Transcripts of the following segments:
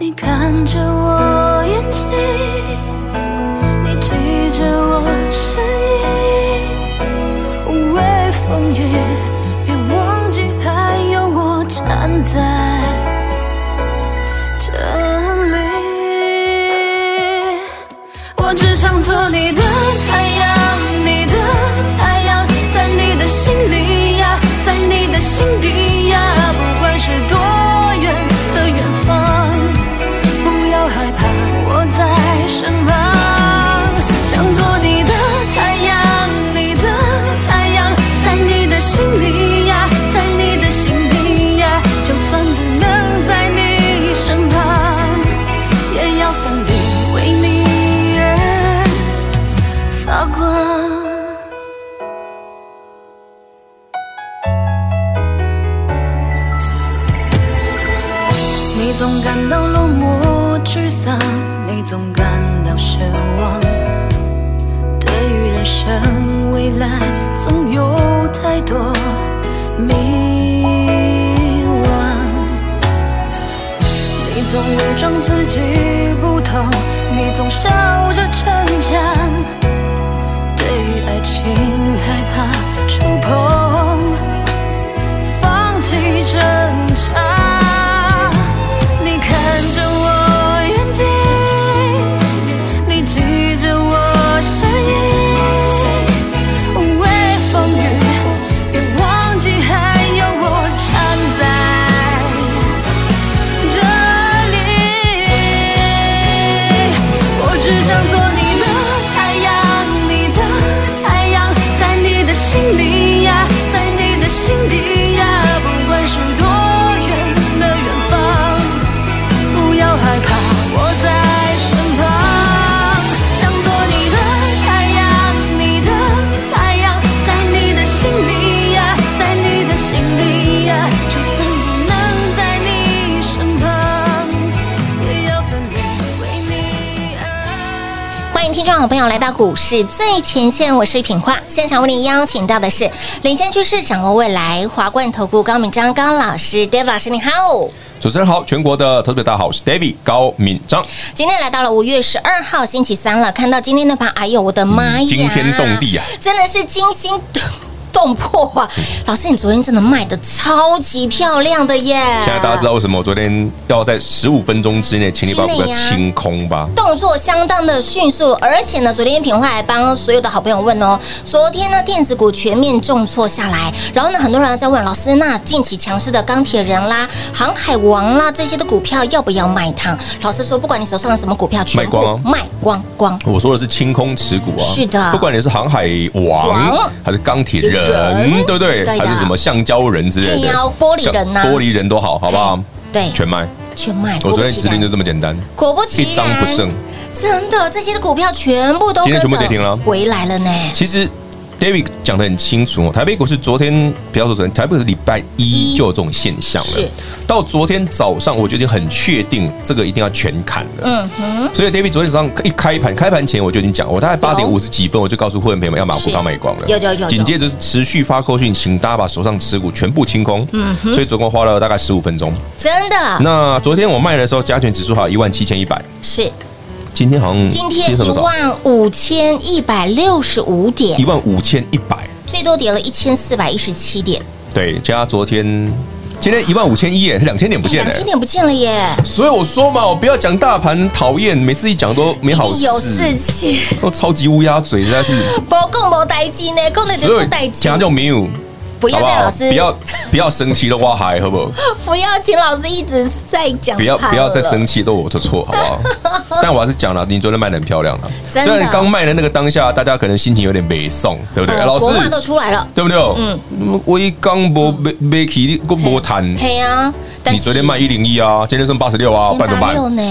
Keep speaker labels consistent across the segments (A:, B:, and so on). A: 你看着我眼睛，你记着我声音，无畏风雨，别忘记还有我站在这里。我只想做你的太阳，你的太阳，在你的心里呀，在你的心底呀，不管是多远的远方。不要害怕，我在身旁。想做你的太阳，你的太阳，在你的心里呀，在你的心里呀。就算不能在你身旁，也要奋力为你而发光。你总感到落寞、沮丧，你总感到失望。对于人生未来，总有太多迷惘。你总伪装自己不痛，你总笑着逞强。对于爱情，害怕触碰。放弃挣扎。你看着我眼睛，你记着我声音，无畏风雨，别忘记还有我站在这里。我只想做你的太阳，你的太阳，在你的心里呀，在你的心底呀，不管是多远的远方，不要害怕，我在身旁。想做你的太阳，你的太阳，在你的心里呀，在你的心里呀，就算不能在你身旁，也要奋力为你而。
B: 欢迎听众好朋友来到股市最前线，我是品化。现场为您邀请到的是领先趋势、掌握未来华冠投顾高敏章高老师，Dave 老师，你好。
C: 主持人好，全国的投资者大家好，我是 David 高敏章。
B: 今天来到了五月十二号星期三了，看到今天的盘，哎呦，我的妈呀！
C: 嗯惊天动地啊嗯
B: 真的是惊心动动魄啊！老师，你昨天真的卖的超级漂亮的耶！
C: 现在大家知道为什么我昨天要在十五分钟之内，请你把股
B: 之
C: 票
B: 内啊
C: 清空吧。
B: 动作相当的迅速，而且呢，昨天品花还帮所有的好朋友问哦，昨天呢电子股全面重挫下来，然后呢很多人在问老师，那近期强势的钢铁人啦、航海王啦这些的股票要不要卖它？老师说，不管你手上的什么股票，全
C: 卖
B: 部
C: 光啊
B: 卖光光。
C: 我说的是清空持股啊，
B: 是的
C: 不管你是航海
B: 王
C: 王还是钢铁
B: 人
C: 人，对不对？
B: 对的
C: 还是什么橡胶人之类
B: 对
C: 的
B: 呀，玻璃人呐
C: 像玻璃人都好，好不好？
B: 对，
C: 全卖，
B: 全卖。果
C: 我昨
B: 不
C: 天
B: 其
C: 指
B: 然
C: 令就这么简单，
B: 果哎不啊其然，
C: 一张不剩。
B: 真的，这些的股票全部都
C: 今天
B: 跟
C: 全部
B: 着
C: 跌停了
B: 回来了呢。
C: 其实 David 讲的很清楚哦，台北股市昨天不要说昨天，台北股市礼拜一
B: 一
C: 就有这种现象
B: 是
C: 了。到昨天早上，我就已经很确定这个一定要全砍了。
B: 嗯哼，
C: 所以 David 昨天早上一开盘，开盘前我就已经讲，我大概八点
B: 有
C: 五十几分我就告诉会员朋友们要把股票卖光了。
B: 有有有有
C: 紧接着就是持续发扣讯，请大家把手上持股全部清空。嗯所以总共花了大概十五分钟。
B: 真的
C: 那昨天我卖的时候，加权指数还有一万七千一百，
B: 是
C: 嗯今天好像
B: 今天
C: 什
B: 一
C: 么时候？
B: 万五千一百六十五点
C: 一，万五千一百。
B: 最多跌了一千四百一十七点，
C: 对，加昨天，今天一万五千一耶，是两千点不见
B: 两
C: 了耶
B: 千。点不见了耶，
C: 所以我说嘛，我不要讲大盘讨厌，每次一讲都没
B: 一
C: 好
B: 定
C: 事，
B: 有事情，
C: 都超级乌鸦嘴，实在是。
B: 不共谋代机呢，共的就是代机
C: 讲，就没有，
B: 不要
C: 好不
B: 再
C: 好
B: 老师
C: 不要不要生气的话还好不好？
B: 不要请老师一直在讲，
C: 不要不要再生，气，都我的错，好 不好？但我还是讲了，你昨天卖的很漂亮了。
B: 真的
C: 虽然刚卖的那个当下，大家可能心情有点悲送，对不对？
B: 呃
C: 哎老师
B: 国，话都出来了，
C: 对不对？嗯，我一刚没没没起，你我没谈。
B: 嘿呀，但
C: 你
B: 是
C: 昨天卖一零一啊，今天剩八十六啊，
B: 今
C: 办
B: 天
C: 怎么
B: 八
C: 办？
B: 六呢？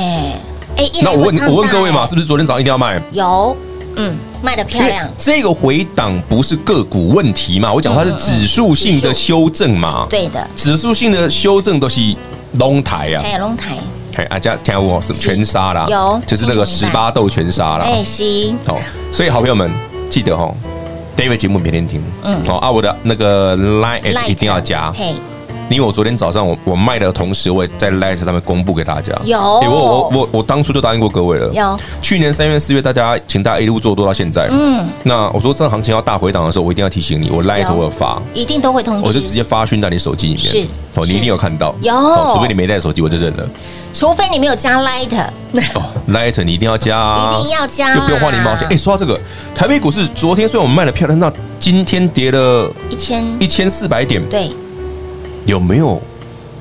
B: 哎，一
C: 那
B: 来
C: 我问
B: 不唱
C: 我问
B: 大
C: 各位嘛，
B: 哎
C: 是不是昨天早上一定要卖？
B: 有，嗯，卖的漂
C: 因为
B: 亮，
C: 这个回档不是个股问题嘛，我讲它是指数性的修正嘛。
B: 嗯对的，
C: 指数性的修正都是龙台啊，
B: 哎，龙台，
C: 哎啊加听我是全杀啦，
B: 有
C: 就是那个十八斗全杀啦。
B: 哎，西，
C: 好，所以好朋友们记得哦，David 节目每天听，嗯，好啊，我的那个 Line at 哎一定
B: 啊
C: 要加，
B: 嘿，
C: 因为我昨天早上我我卖的同时，我也在 Line at 上面公布给大家。
B: 有
C: 哎我我我我当初就答应过各位了。
B: 有，
C: 去年三月四月，大家请大家一路做多到现在，嗯，那我说这行情要大回档的时候，我一定要提醒你，我 Line at
B: 有
C: 我有发，
B: 一定都会通
C: 我就直
B: 知，
C: 接发讯到你手机里面，
B: 是
C: 哦，
B: 是
C: 你一定有看到，
B: 有
C: 哦除非你没带手机，我就认了。
B: 除非你没有加 Light，
C: 哦，Light 你一定要加啊，
B: 一定要加啦啊
C: 又不用花零毛钱。哎，说到这个，台北股市昨天虽然我们卖的漂亮，那今天跌了
B: 一千，
C: 一千四百点，
B: 对
C: 有没有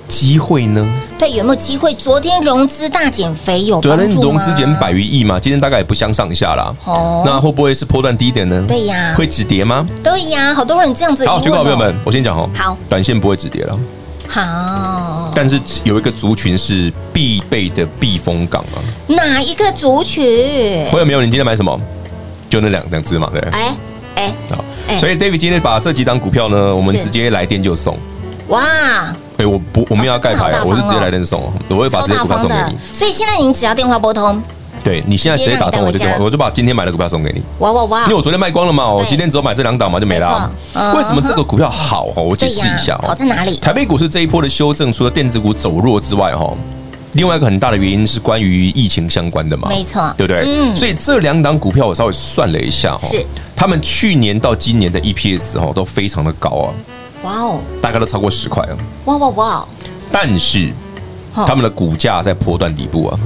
C: 机会呢？
B: 对，有没有机会？昨天融资大减肥有
C: 对啊，那
B: 哦帮助吗？
C: 融资减百余亿嘛，今天大概也不相上下啦。
B: 哦
C: 那会不会是波段低点呢？
B: 对呀
C: 会止跌吗？
B: 对呀，好多人这样子疑问
C: 好，
B: 哦。
C: 结果好朋友们，我先讲哦，
B: 好
C: 短线不会止跌了，
B: 好，
C: 但是有一个族群是必备的避风港啊。
B: 哪一个族群？
C: 朋友没有？你今天买什么？就那两两只嘛，对。
B: 哎哎，
C: 好
B: 哎，
C: 所以 David 今天把这几档股票呢，我们
B: 是
C: 直接来电就送。
B: 哇，
C: 哎，我不，我没有要盖牌
B: 真的好大
C: 啊，
B: 方哦
C: 我是直接来电送哦，我会把
B: 超
C: 这些
B: 大
C: 股票
B: 方
C: 送给
B: 的
C: 你。。
B: 所以现在您只要电话拨通，
C: 对你现在直接打通我
B: 直接让你带回
C: 的电
B: 家
C: 话，我就把今天买的股票送给你。
B: 哇哇哇
C: 因为，我昨天卖光了嘛，我
B: 啊对
C: 今天只有买这两档嘛，就没了啊
B: 没错。嗯
C: 为什么这个股票好哦？我解释一下
B: 好
C: 哦
B: 在。哪里？
C: 台北股市这一波的修正，除了电子股走弱之外，哈，另外一个很大的原因是关于疫情相关的嘛，
B: 没错
C: 对不对？
B: 嗯
C: 所以这两档股票我稍微算了一下，哈
B: 是，
C: 他们去年到今年的 E EPS 哦哈都非常的高啊，
B: 哇哦，
C: 大概都超过十块啊，
B: 哇哇哇，
C: 但是
B: 哦
C: 他们的股价在波段底部啊。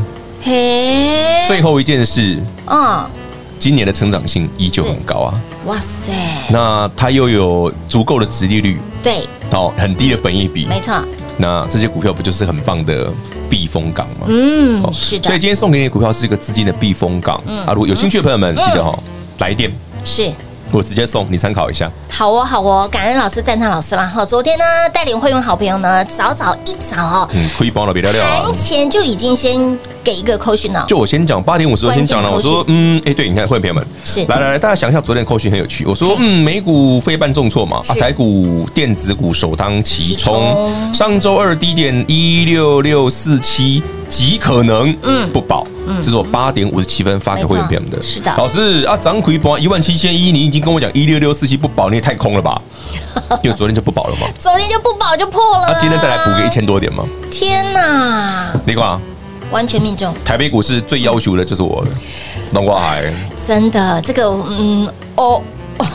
B: 嘿，
C: 最后一件事，
B: 嗯，
C: 今年的成长性依旧很高啊，
B: 哇塞，
C: 那它又有足够的殖利率，
B: 对，
C: 哦，很低的本益比，
B: 没错，
C: 那这些股票不就是很棒的避风港吗？
B: 嗯，是
C: 哦所以
B: 的，
C: 今天送给你的股票是一个资金的避风港、
B: 嗯
C: 啊！如果有兴趣的朋友们，记得哈、哦来电，
B: 是。
C: 我直接送你参考一下。
B: 好哦，好哦，感恩老师，赞叹老师啦！哈，昨天呢，带领会员好朋友呢，早早一早哦，
C: 嗯，可以帮了，别聊聊啊
B: 盘。前就已经先给一个 c o s 了，
C: 就我先讲八点五十，我先讲了。我
B: 关键
C: 说，嗯，哎、对，你看，会员朋友们，
B: 是
C: 来来来，大家想一下昨天的扣讯很有趣。我说，嗯，美股非半重挫嘛，啊，
B: 是
C: 台股电子股首当其
B: 其
C: 冲。
B: 冲
C: 上周二低点一六六四七，极可能嗯不保。这是我八点五十七分发给会员朋友们
B: 没嗯
C: 的。
B: 错是的
C: 老师啊，涨股一波一万七千一，你已经跟我讲一六六四七不保，你也太空 了吧？因为昨天就不保了嘛，
B: 昨天就不保就破了、
C: 啊，今天再来补个一。千多点嘛。
B: 天哪，
C: 你看啊，
B: 完全命中，
C: 台北股市最要求的就是我了，龙 华海，
B: 真的，这个嗯，哦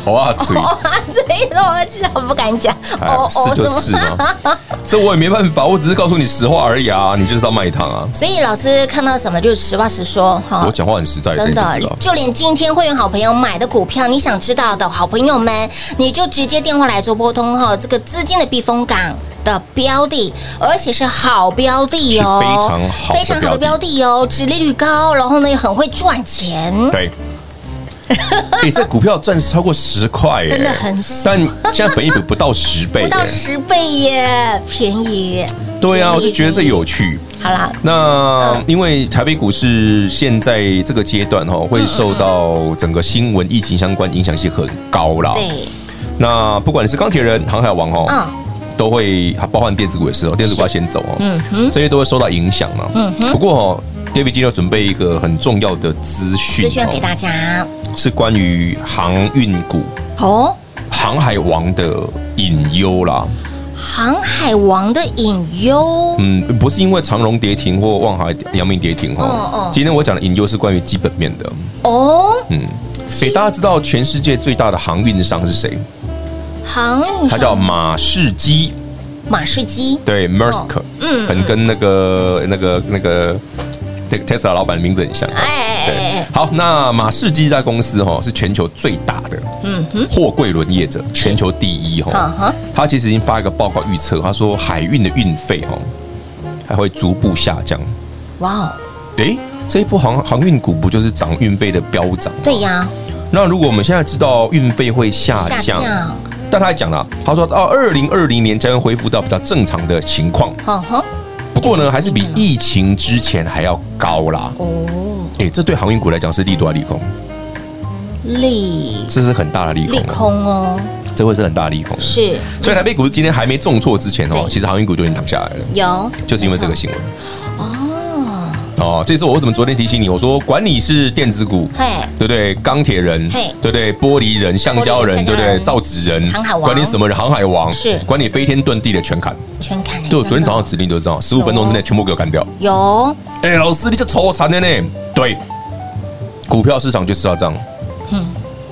C: 好啊，嘴。
B: 哦， 这一种我其实我不敢讲，
C: 哎
B: 哦，
C: 是就是哦嘛，这我也没办法，我只是告诉你实话而已啊，你就是要卖糖啊。
B: 所以老师看到什么就实话实说哈
C: 我。讲话很实在，
B: 哦真
C: 大家
B: 的
C: 就知道，
B: 就连今天会员好朋友买的股票，你想知道的好朋友们，你就直接电话来做拨通哈，这个资金的避风港的标的，而且是好标的哦，
C: 是非常好的
B: 非常好的标
C: 标
B: 的哦，殖利率高，然后呢也很会赚钱，
C: 对。 哎，这股票赚超过十块耶，
B: 真的很少
C: 但现在本益比不到十倍
B: 不
C: 耶，
B: 到十倍耶，便宜。
C: 对
B: 便
C: 啊，
B: 宜
C: 我就觉得这有趣。
B: 好啦，
C: 那
B: 嗯
C: 因为台北股市现在这个阶段
B: 嗯
C: 哈，会受到整个新闻、疫情相关影响性很高啦。
B: 对，嗯
C: 那不管你是钢铁人、航海王哦，都会包含电子股也是哦，电子股要先走哦，这些都会受到影响
B: 嗯
C: 嘛。不过哦，David 今天要准备一个很重要的资讯
B: 资
C: 哦，
B: 讯要给大家
C: 是关于航运股、
B: 哦。
C: 航海王的隐忧啦。
B: 航海王的隐忧，
C: 嗯，不是因为长荣跌停或望海、阳明跌停
B: 哦
C: 哦
B: 哦，
C: 今天我讲的隐忧是关于基本面的。
B: 哦，
C: 嗯，给大家知道全世界最大的航运商是谁？
B: 航运
C: 它叫马士基，
B: 马士基，
C: 对 Maersk，
B: 嗯
C: 嗯，很跟那个那个那个那个 Tesla 老板的名字很像。
B: 哎哎哎
C: 对
B: 哎，，
C: 好，那马士基这家公司哦哈是全球最大的，嗯哼，货柜轮业者，全球第一
B: 嗯哼
C: 哈。他其实已经发一个报告预测，他说海运的运费哦还会逐步下降。
B: 哇哦，
C: 诶，这一波航航运股不就是涨运费的飙涨？
B: 对。呀，
C: 那如果我们现在知道运费会下
B: 下
C: 啊降，
B: 降，
C: 但他还讲了，他说到二零二零年才会恢复到比较正常的情况。
B: 哼嗯哼，
C: 不过呢，还是比疫情之前还要高啦。
B: 哦，
C: 诶，这对航运股来讲是利多还是利空？
B: 利
C: 这是很大的利空
B: 利
C: 哦。
B: 空哦，
C: 这会是很大的利空。
B: 是
C: 所以台北股今天还没重挫之前哦
B: 对，
C: 其实航运股就已经躺下来了，
B: 有，
C: 就是因为
B: 没错
C: 这个新闻。
B: 哦，
C: 哦，这也是我为什么昨天提醒你，我说管你是电子股。
B: 嘿，
C: 对不对？钢铁人，
B: 嘿
C: 对不对？玻璃人、橡胶
B: 玻璃
C: 人，
B: 人
C: 对不
B: 橡胶
C: 对？
B: 人
C: 造纸人，
B: 航海王
C: 管你什么人，航海王
B: 是
C: 管你飞天遁地的全砍。
B: 全砍了，
C: 对，我昨天早上
B: 真的啊
C: 指令都知道，十五分钟之内全部给我干掉。
B: 有，
C: 哎，老师，你这愁惨的呢？对，股票市场就是要这样。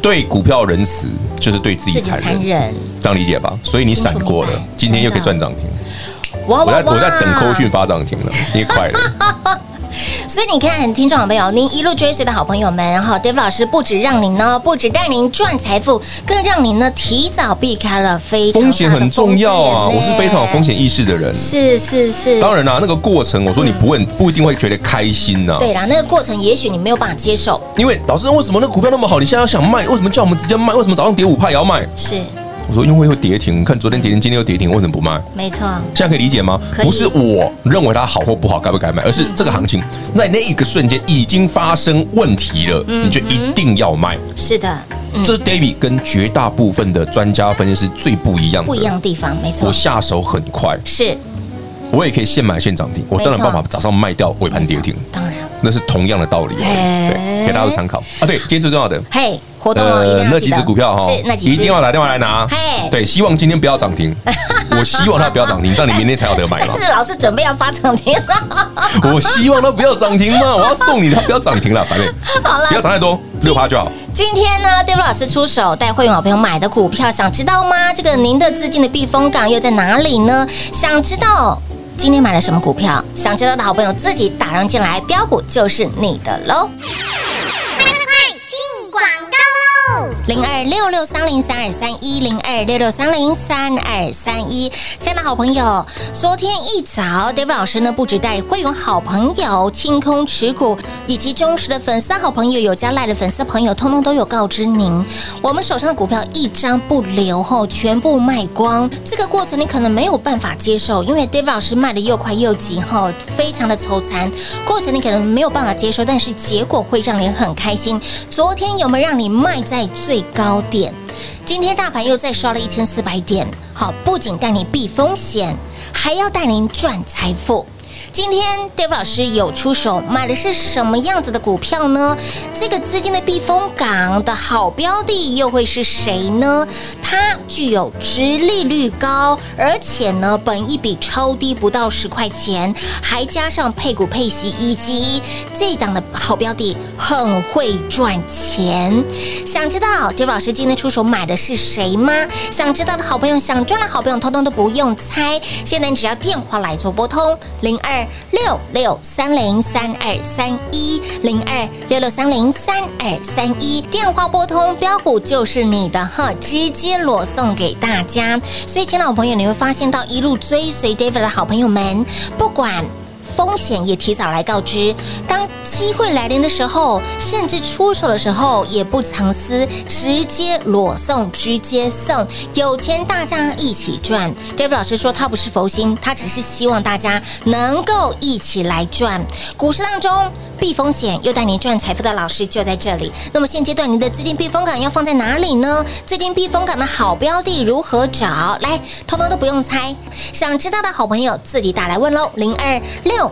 C: 对股票仁慈，就是对自
B: 嗯
C: 己
B: 自己
C: 残
B: 残
C: 忍，
B: 忍，
C: 这样理解吧？所以你
B: 清楚
C: 闪过
B: 明
C: 了
B: 白，哦
C: 今天又可以
B: 真的
C: 赚涨停。
B: 哇
C: 我在我在等扣讯发涨停了，你也快了，
B: 所以你看，听众朋友，您一路追随的好朋友们，哈，Dave 老师不止让您呢，不止带您赚财富，更让您呢提早避开了非常大
C: 风
B: 的
C: 险很重要啊！
B: 风
C: 我
B: 险
C: 是
B: 呢
C: 非常有风，险意识的人。
B: 是是是，
C: 当然啦，啊那个过程，我说你不问，不一定会觉得开心呐。
B: 对啦，那个过程也许你没有办法接受，
C: 因为老师，为什么那个股票那么好，你现在要想卖？为什么叫我们直接卖？为什么早上跌五趴也要卖？
B: 是
C: 我说因为会跌停，你看昨天跌停，今天又跌停，为什么不卖？
B: 没错，
C: 现在可以理解吗？
B: 可以
C: 不是我认为它好或不好，该不该买，而是这个行情在那一个瞬间已经发生问题了，你就一定要卖。
B: 是的，嗯，
C: 这是 David 跟绝大部分的专家分析师最不一样的，
B: 不一样的地方，没错
C: 我，下手很快，
B: 是
C: 我也可以现买现涨停，我当然
B: 没错
C: 办法早上卖掉尾盘跌停
B: 没错，当然，
C: 那是同样的道理，啊
B: 哎
C: 对，给大家做参考啊。对，今天最重要的。
B: 嘿，活动哦，一定要
C: 呃那
B: 记
C: 几
B: 得
C: 只股票哈，
B: 是那几只，
C: 一定要打电话来拿
B: 嘿。
C: 对，希望今天不要 涨停，我希望它不要涨停，让你明天才有得买嘛
B: 但。是啊老师准备要发涨停了，
C: 我希望它不要涨停嘛，我要送你它不要涨停了，反正
B: 好了
C: 不要涨太多，六趴就好。
B: 今天呢，Dave 老师出手带会员好朋友买的股票，想知道吗？这个您的资金的避风港又在哪里呢？想知道今天买了什么股票？想知道的好朋友自己打上进来，标股就是你的喽。零二六六三零三二三一零二六六三零三二三一，亲爱的好朋友，昨天一早，David 老师呢不止带会员好朋友清空持股，以及忠实的粉丝好朋友、有加赖的粉丝朋友，通通都有告知您，我们手上的股票一张不留后，全部卖光。这个过程你可能没有办法接受，因为 David 老师卖的又快又急哈，非常的抽残，过程你可能没有办法接受，但是结果会让你很开心。昨天有没有让你卖在最高点？今天大盘又再刷了一千四百点，好，不仅带你避风险，还要带您赚财富。今天 Dave 老师有出手，买的是什么样子的股票呢？这个资金的避风港的好标的又会是谁呢？它具有值利率高，而且呢，本一比超低，不到十块钱，还加上配股配息以及这档的好标的很会赚钱。想知道 Dave 老师今天出手买的是谁吗？想知道的好朋友，想赚的好朋友，通通都不用猜，现在你只要电话来做拨通零二六六三零三二三一零二六六三零三二三一，电话拨通标股就是你的哈，直接裸送给大家。所以，亲爱的朋友，你会发现到一路追随 David 的好朋友们，不管。风险也提早来告知。当机会来临的时候，甚至出手的时候，也不藏私，直接裸送，直接送。有钱大家一起赚。David 老师说他不是佛心，他只是希望大家能够一起来赚。股市当中避风险又带您赚财富的老师就在这里。那么现阶段您的资金避风港要放在哪里呢？资金避风港的好标的如何找？来，通通都不用猜，想知道的好朋友自己打来问喽，零二六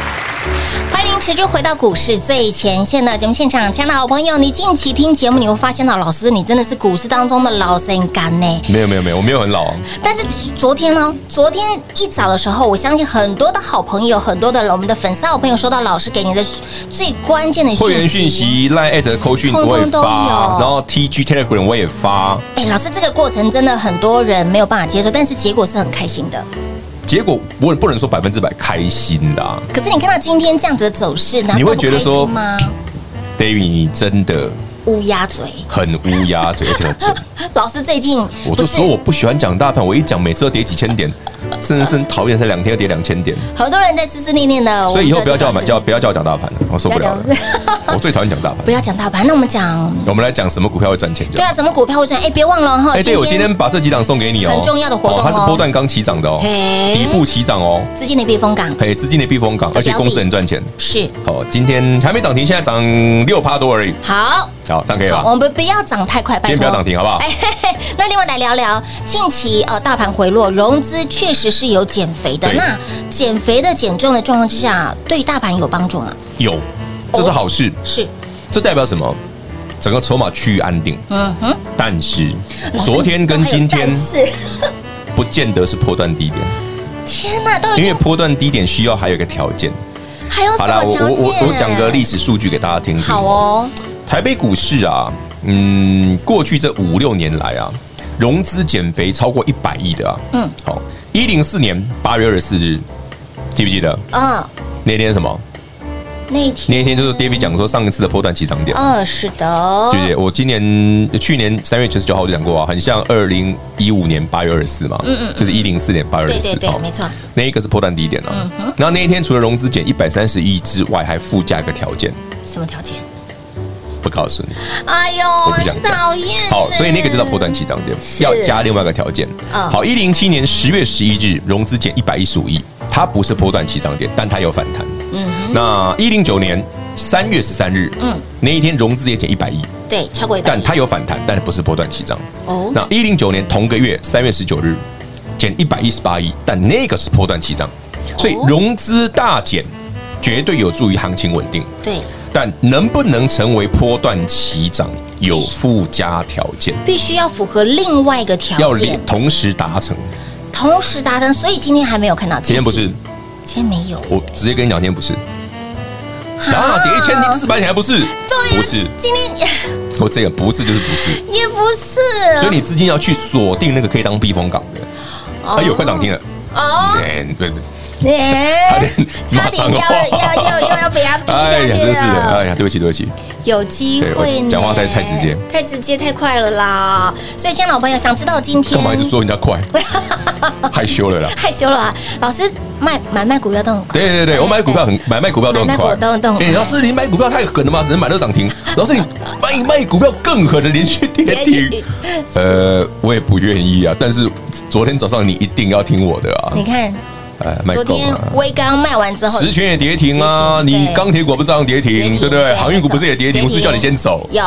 B: 欢迎持续回到股市最前线的节目现场，亲爱的好朋友，你近期听节目，你会发现到老师你真的是股市当中的老神干呢。
C: 没有没有没有，我没有很老啊，
B: 但是昨天呢，昨天一早的时候，我相信很多的好朋友，很多的我们的粉丝好朋友收到老师给你的最关键的
C: 会员讯。息、Line at 扣讯我也
B: 通通都有
C: 发，然后 TG Telegram 我也发，
B: 哎，老师，这个过程真的很多人没有办法接受，但是结果是很开心的。
C: 结果我不能说百分之百开心啊啦、
B: 可是你看到今天这样子的走势，难道
C: 你会
B: 不
C: 觉
B: 开
C: 得
B: 心
C: 说
B: 吗？
C: David，你真的
B: 乌鸦嘴，
C: 很乌鸦嘴，而且很准。
B: 老师最近 不
C: 我就是说我不喜欢讲大盘，我一讲每次都跌几千点，甚至是很讨厌才两天要跌两千点，
B: 很多人在思思念念的，
C: 所以以后不要叫我
B: 们
C: 们
B: 的
C: 叫不要叫我讲大盘了，我受不了了
B: 不要。
C: 我最讨厌讲大盘
B: 不。要讲大盘，那我们讲
C: 我们来讲什么股票会赚钱就
B: 对
C: 好。
B: 啊，什么股票会赚？哎，别忘了哈，
C: 哎，对我今天把这几档送给你哦，
B: 很重要的活动哦
C: 它是波段刚起涨的哦，
B: 嘿
C: 底部起涨哦，
B: 资金的避风港
C: 嘿，资金的避风港，
B: 这
C: 而且
B: 标的
C: 公司很赚钱。
B: 是
C: 好，今天还没涨停，现在涨六趴多而已。
B: 好，
C: 好，这样可以吧
B: 好？我们不要涨太快，拜托。
C: 啊今天不要涨停，好不好
B: 哎。？嘿嘿那另外来聊聊近期呃大盘回落，融资确实是有减肥的。
C: 对
B: 那减肥的减重的状况之下，对大盘有帮助吗？
C: 有，这是好事，
B: 是，
C: 这代表什么？整个筹码趋于安定。
B: 嗯哼。
C: 但是
B: 老师
C: 昨天跟今天
B: 你知哦道还有但是
C: 不见得是波段低点，
B: 天哪，都已
C: 因为
B: 经
C: 波段低点需要还有一个条件。
B: 还有什
C: 好啦，
B: 么
C: 我
B: 条
C: 我
B: 件？
C: 我我讲个历史数据给大家听听。
B: 好，哦，
C: 台北股市啊，嗯，过去这五六年来啊，融资减肥超过一百亿的啊。
B: 嗯，
C: 好，一零四年八月二十四日，记不记得
B: 嗯，
C: 那天什么？
B: 那一天
C: 那一天就是 David 讲说上一次的波段起涨点。
B: 哦，是的
C: 对，不对？我今年去年三月十九号我就讲过啊，很像二零一五年八月二十四嘛，嗯嗯，就是一零四年八月二
B: 对
C: 十四哦
B: 对，对，没错，
C: 那一个是破蛋低点啊。然后那一天除了融资减一百三十亿之外，还附加一个条件，
B: 什么条件？
C: 不告诉你。
B: 哎呦，
C: 不想
B: 很
C: 讲
B: 讨厌呢。
C: 好，所以那个就叫破蛋起涨点，要加另外一个条件。
B: 嗯
C: 好，一零七年十月十一日融资减一百一十五亿，它不是破蛋起涨点，但它有反弹。嗯，那一零九年三月十三日，嗯，那一天融资也减一百亿，
B: 对，超过一百
C: 但
B: 亿。
C: 它有反弹，但是不是波段起涨。
B: 哦
C: 那一零九年同个月三月十九日减一百一十八亿，但那个是波段起涨，所
B: 哦
C: 以融资大减绝对有助于行情稳定。
B: 对，
C: 但能不能成为波段起涨，有附加条件，
B: 必须要符合另外一个
C: 要
B: 条
C: 连
B: 件，
C: 同时达成。
B: 同时达成。所以今天还没有看到，
C: 今天不是，
B: 今天没有，
C: 我直接跟你讲，今天不是。啊，跌一千四百点还不是？不是，
B: 今天
C: 我这个不是就是不是，
B: 也不是。
C: 所以你资金哎要去锁定那个可以当避风港的。哎呦，快涨停了！
B: 哦，
C: 哎，对对， 差
B: 耶
C: 点
B: 差点
C: 骂脏话
B: 要要要要要被他逼
C: 哎呀，
B: 下
C: 真
B: 去
C: 是的，
B: 了
C: 哎。呀，对不起，对不起，
B: 有机会
C: 对
B: 呢，
C: 我讲话太太直接，
B: 太直接，太快了啦！所以，亲爱的老朋友，想知道今天
C: 干嘛一直说人家快？害羞了啦。
B: 害羞了啊？老师卖买卖股票都很快，
C: 对对对，我买股票很买卖股票都很
B: 买卖股
C: 快，
B: 都都很快
C: 哎，老师，你买股票太狠了吗？只能买 到涨停。老师，你卖卖股票更狠的连续跌停。呃，我也不愿意啊，但是昨天早上你一定要听我的啊
B: 你。看，
C: 哎，卖
B: 昨
C: 够
B: 天
C: 了。
B: 威刚卖完之后，
C: 十全也跌停啊，
B: 跌停
C: 你
B: 对
C: 钢铁股不照样跌
B: 跌
C: 停，
B: 停
C: 对不对？
B: 对
C: 航运股不是也跌停？
B: 没
C: 我
B: 错
C: 是叫你先走。
B: 有，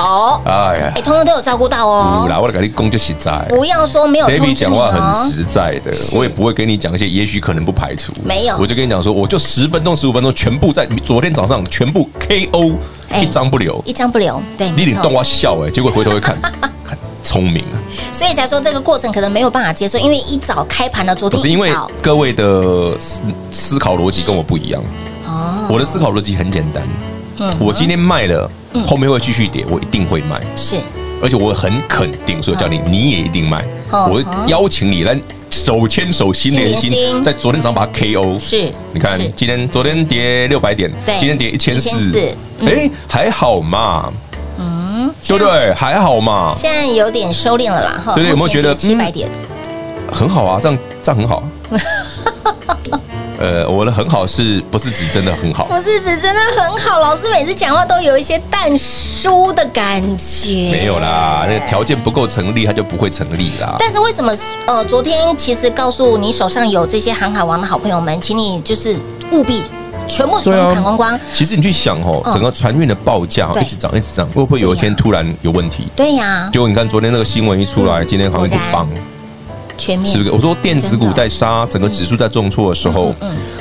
C: 哎呀
B: 哎，，通通都有照顾到
C: 不
B: 哦。
C: 啦，我跟你讲就实在。
B: 不要说没有通知
C: David
B: 你
C: 讲话很
B: 哦，
C: 实在的，我也不会跟你讲一些也许可能不排除。
B: 没有
C: 我就跟你讲说，我就十分钟、十五分钟全部在昨天早上全部 KO，
B: 哎
C: 一张不留。
B: 一张不留，对，
C: 你领
B: 没错
C: 动我笑哎，结果回头 一看，看聪明啊！
B: 所以才说这个过程可能没有办法接受，因为一早开盘了，昨
C: 可
B: 天
C: 是因
B: 一
C: 为
B: 早
C: 各位的思思考逻辑跟我不一样，
B: 哦，
C: 我的思考逻辑很简单，
B: 嗯
C: 我今天卖了，后面会继续跌，我一定会卖。
B: 是
C: 而且我很肯定，所以我叫你，
B: 嗯
C: 你也一定卖。
B: 哦
C: 我邀请你来手牵手、心连
B: 心连心
C: 心，在昨天早上把它 KO。
B: 是
C: 你看
B: 是，
C: 今天昨天跌六百点，
B: 对
C: 今天跌一千四
B: 1400，
C: 哎，还好嘛，
B: 嗯，
C: 对不对？还好嘛，
B: 现在有点收敛了啦，哈
C: 对对有没有觉得
B: 七百点？
C: 很好啊，这样这样很 好。呃，我的很好是不是指真的很好？
B: 不是指真的很好，老师每次讲话都有一些淡疏的感觉。
C: 没有。啦，那个条件不够成立，它就不会成立啦。
B: 但是为什么？呃，昨天其实告诉你手上有这些航海王的好朋友们，请你就是务必全部全
C: 对
B: 部
C: 啊
B: 砍光光。
C: 其实你去想哦，
B: 嗯
C: 整个船运的报价哦
B: 对嗯
C: 一直涨一直涨，会不会有一天突然有问题？
B: 对呀、
C: 结果你看昨天那个新闻一出
B: 嗯
C: 来，今天航运股棒，
B: 全面
C: 是不是？我说电子股在杀，整个指数在重挫的时候，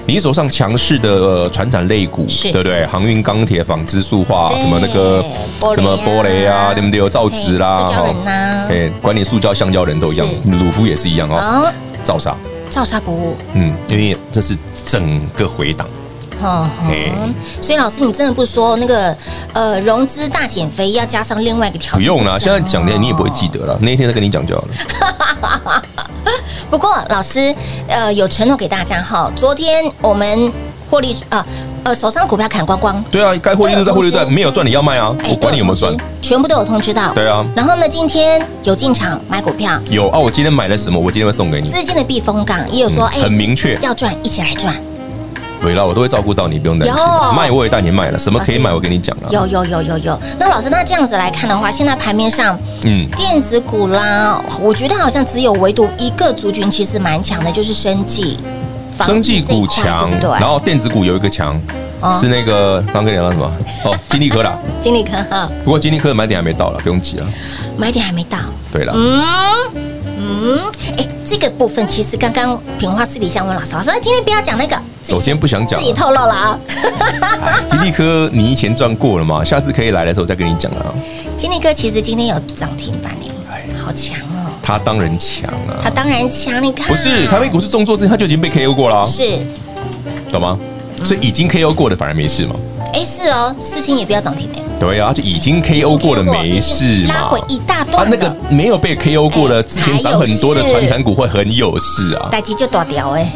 C: 你手上强势的呃船产类股，
B: 嗯是
C: 对不对？航运、钢铁、纺织、塑化，
B: 对
C: 什么那个
B: 玻璃啊
C: 什么玻璃啊，对不对？造纸啦，
B: 嘿塑胶人啊呐
C: 哎，管你塑胶、橡胶人都一样，鲁夫也是一样哦，
B: 啊，
C: 照杀。
B: 照杀不误。
C: 嗯，因为这是整个回档，
B: 嗯
C: 嘿
B: 哼，所以老师，你真的不说那个呃融资大减肥要加上另外一个条件？
C: 不用啦。现在讲的你也不会记得
B: 哦
C: 了，那一天再跟你讲就好了。
B: 不过老师，呃，有承诺给大家哈，昨天我们获利呃呃手上的股票砍光光，
C: 对啊，该获利就在获利
B: 都有
C: 段，
B: 通知
C: 没有赚你要卖啊，
B: 哎
C: 我管你有没有，
B: 都
C: 赚
B: 通。知全部都有通知到。
C: 对啊
B: 然后呢，今天有进场买股票，
C: 有啊，我今天买了什么，我今天会送给你。嗯
B: 资金的避风港也有说，哎、
C: 很明啊确，
B: 要赚一起来赚，
C: 对啦，我都会照顾到你，不用担心
B: 有。
C: 卖我也带你卖了，什么可以买我跟你讲啊了。
B: 有有有有有。那老师，那这样子来看的话，现在盘面上
C: 嗯，
B: 电子股啦，我觉得好像只有唯独一个族群其实蛮强的，就是生技。防疫
C: 生技股
B: 这一块
C: 强
B: 对不，对？
C: 然后电子股有一个强
B: 哦，
C: 是那个刚跟你讲到什么？哦，金利科啦。
B: 经理看哈，
C: 不过金利科的买点还没到了，不用急啊。
B: 买点还没到。
C: 对啦，
B: 嗯嗯，哎，这个部分其实刚刚平花私底下问老师，老师那今天不要讲那个，自己
C: 我今天不想讲
B: 自己透露了啊。
C: 哎金利科你以前赚过了嘛，下次可以来的时候再跟你讲啊。
B: 金立哥其实今天有涨停板哎
C: 哎，
B: 好强哦！
C: 他当然强
B: 他
C: 啊，
B: 当然强，你看
C: 不是台北股市重挫之前他就已经被 KO 过了啊，
B: 是嗯
C: 懂吗？所以已经 KO 过的反而没事嘛。
B: 哎是哦，四星也不要涨停哎，
C: 对啊，就已经 KO 过了没事嘛，
B: 拉回一大
C: 啊
B: 段，
C: 那个
B: 了，
C: 没有被 KO 过的，
B: 哎
C: 之前涨很多的传产股会很有事啊。
B: 待机就躲掉哎。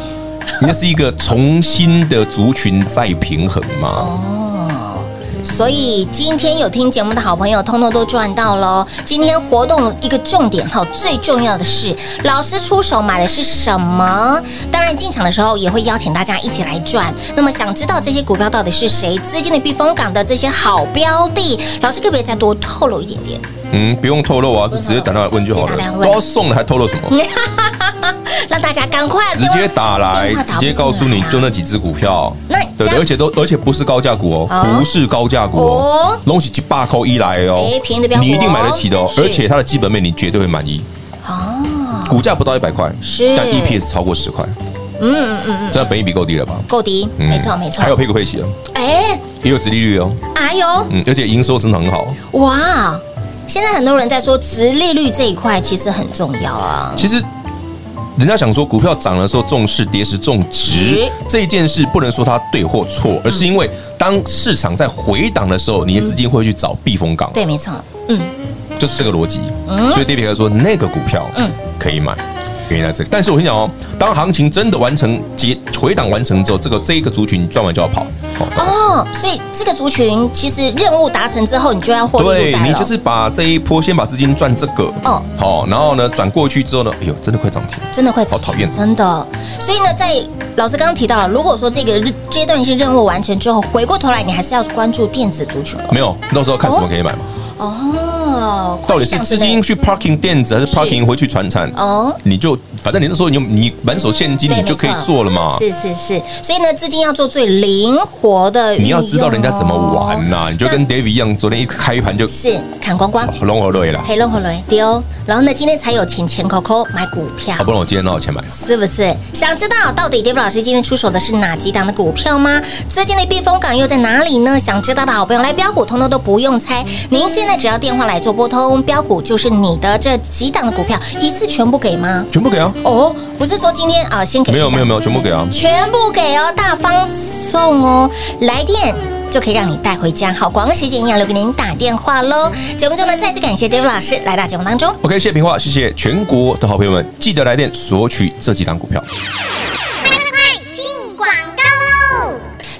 C: 那是一个重新的族群再平衡嘛。
B: 哦，所以今天有听节目的好朋友，通通都赚到喽。今天活动一个重点哈，最重要的是老师出手买的是什么？当然进场的时候也会邀请大家一起来赚。那么想知道这些股票到底是谁资金的避风港的这些好标的，老师可不可以再多透露一点点？
C: 嗯，不用透露啊，就直接打电话来问就好
B: 直
C: 了
B: 接打电。话
C: 都要送了还透露什
B: 嗯
C: 么？
B: 让大家赶快
C: 直接打来，直接告诉你就那。几只股票。
B: 那这
C: 对不
B: 样
C: 对，而且都而且不是高价股
B: 哦
C: 哦，不是高价股
B: 哦
C: 哦，东西几把扣一来哦
B: 哎便宜的标，股哦
C: 你一定买得起的哦，
B: 是
C: 而且它的基本面你绝对会满意。
B: 哦，
C: 股价不到一百块，
B: 是
C: 但 EPS 超过十块，
B: 嗯嗯嗯，
C: 这样本益比够低了吧？
B: 够低，
C: 嗯
B: 没错没错。
C: 还有配股配息哦，
B: 哎，
C: 也有殖利率哦，
B: 哎呦，
C: 嗯，而且营收增长很好。
B: 哇，现在很多人在说，殖利率这一块其实很重要啊。
C: 其实人家想说，股票涨的时候重视跌时重值
B: 值嗯
C: 这件事，不能说它对或错，而是因为当市场在回档的时候，你的资金会去找避风港，
B: 对，没错，嗯，嗯
C: 就是这个逻辑。所以 David 哥说那个股票，嗯，可以买。原因在这里。但是我跟你讲哦，当行情真的完成结回档完成之后，这个这一个族群赚完就要跑哦懂
B: 哦，所以这个族群其实任务达成之后，你就要获利
C: 对
B: 入袋
C: 你
B: 了。
C: 就是把这一波先把资金赚这个
B: 哦
C: 哦，好，然后呢转过去之后呢，哎呦，真的快涨停，
B: 真的快
C: 好讨厌
B: 真的。所以呢，在老师刚刚提到了，如果说这个日阶段性任务完成之后，回过头来你还是要关注电子族群了。
C: 没有，到时候看什么可以买嘛？
B: 哦，
C: 到底是
B: 快
C: 资
B: 上之类
C: 金去 parking 电子，还是 parking 回去传产？
B: 哦。
C: 你就反正你那时候你就你满手现金，
B: 对
C: 你就可以
B: 没错
C: 做了嘛。
B: 是是是，所以呢，资金要做最灵活的运用哦、
C: 你要知道人家怎么玩
B: 哎
C: 呐、你就跟 David 一样，昨天一开盘
B: 啊
C: 就是
B: 砍光光，
C: 龙和瑞了。
B: 黑龙和哦雷丢。然后呢，今天才有钱钱扣扣买股票
C: 啊，，不然我今天哪有钱买？
B: 是不是？想知道到底 David 老师今天出手的是哪几档的股票吗？资金的避风港又在哪里呢？想知道的好朋友来标股，通通都不用猜，您现在只要电话来做拨通，标股就是你的这几档的股票，一次全部给吗？
C: 全部给啊！
B: 哦，不是说今天啊、呃先给
C: 没有
B: 一档
C: 没有没有，全部给啊！
B: 全部给哦，大方送哦，来电。就可以让你带回家。好，广告时间一样留给您打电话喽。节目中呢，再次感谢 David 老师来到节目当中。
C: OK，谢谢平话，谢谢全国的好朋友们，记得来电索取这几档股票。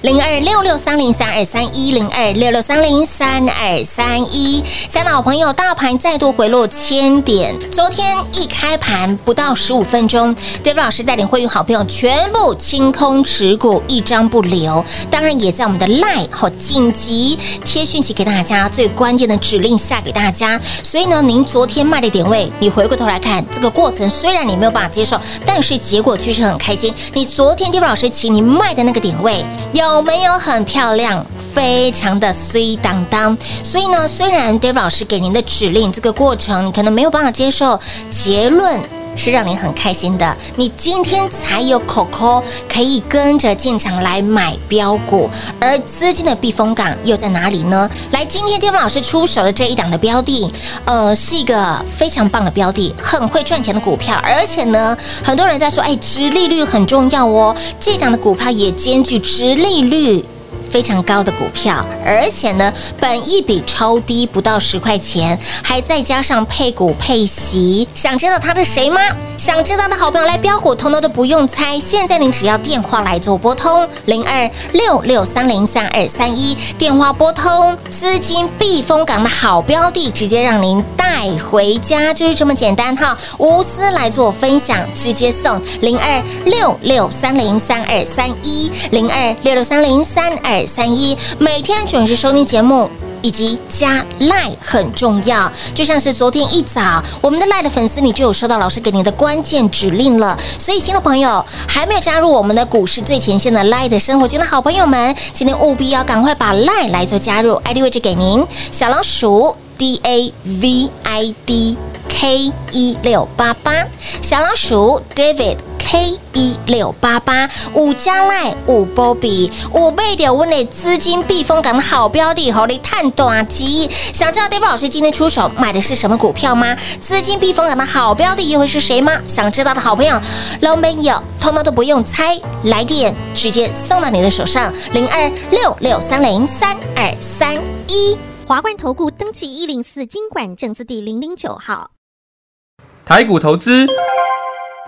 B: 零二六六三零三二三一零二六六三零三二三一。香港好朋友，大盘再度回落千点，昨天一开盘不到十五分钟，David 老师带领会员好朋友全部清空持股，一张不留。当然也在我们的 Line 和紧急贴讯息给大家，最关键的指令下给大家。所以呢，您昨天卖的点位，你回过头来看这个过程，虽然你没有办法接受，但是结果却是很开心。你昨天 David 老师请你卖的那个点位，有没有很漂亮？非常的虽当当，所以呢，虽然 David 老师给您的指令，这个过程你可能没有办法接受，结论是让你很开心的。你今天才有口口可以跟着进场来买标股，而资金的避风港又在哪里呢？来，今天 David 老师出手的这一档的标的，呃，是一个非常棒的标的，很会赚钱的股票，而且呢，很多人在说，哎，殖利率很重要哦，这档的股票也兼具殖利率。非常高的股票，而且呢，本一比超低，不到十块钱，还再加上配股配息。想知道它是谁吗？想知道的好朋友来标股，通通都不用猜。现在您只要电话来做拨通零二六六三零三二三一，电话拨通，资金避风港的好标的，直接让您带回家，就是这么简单哈。无私来做分享，直接送零二六六三零三二三一零二六六三零三二三一，每天准时收听节目。以及加赖很重要，就像是昨天一早，我们的赖的粉丝你就有收到老师给你的关键指令了。所以，新的朋友还没有加入我们的股市最前线的赖的生活圈的好朋友们，今天务必要赶快把赖来做加入，ID 位置给您，小老鼠 D A V I D K 一六八八，小老鼠 David。K 一六八八五加赖五波比五倍的温的资金避风港好标的，好你探短期。想知道 David 老师今天出手买的是什么股票吗？资金避风港的好标的又会是谁吗？想知道的好朋友，老没有，通通都不用猜，来电直接送到你的手上，零二六六三零三二三一。
D: 华冠投顾登记一零四经管证字第零零九号。
E: 台股投资，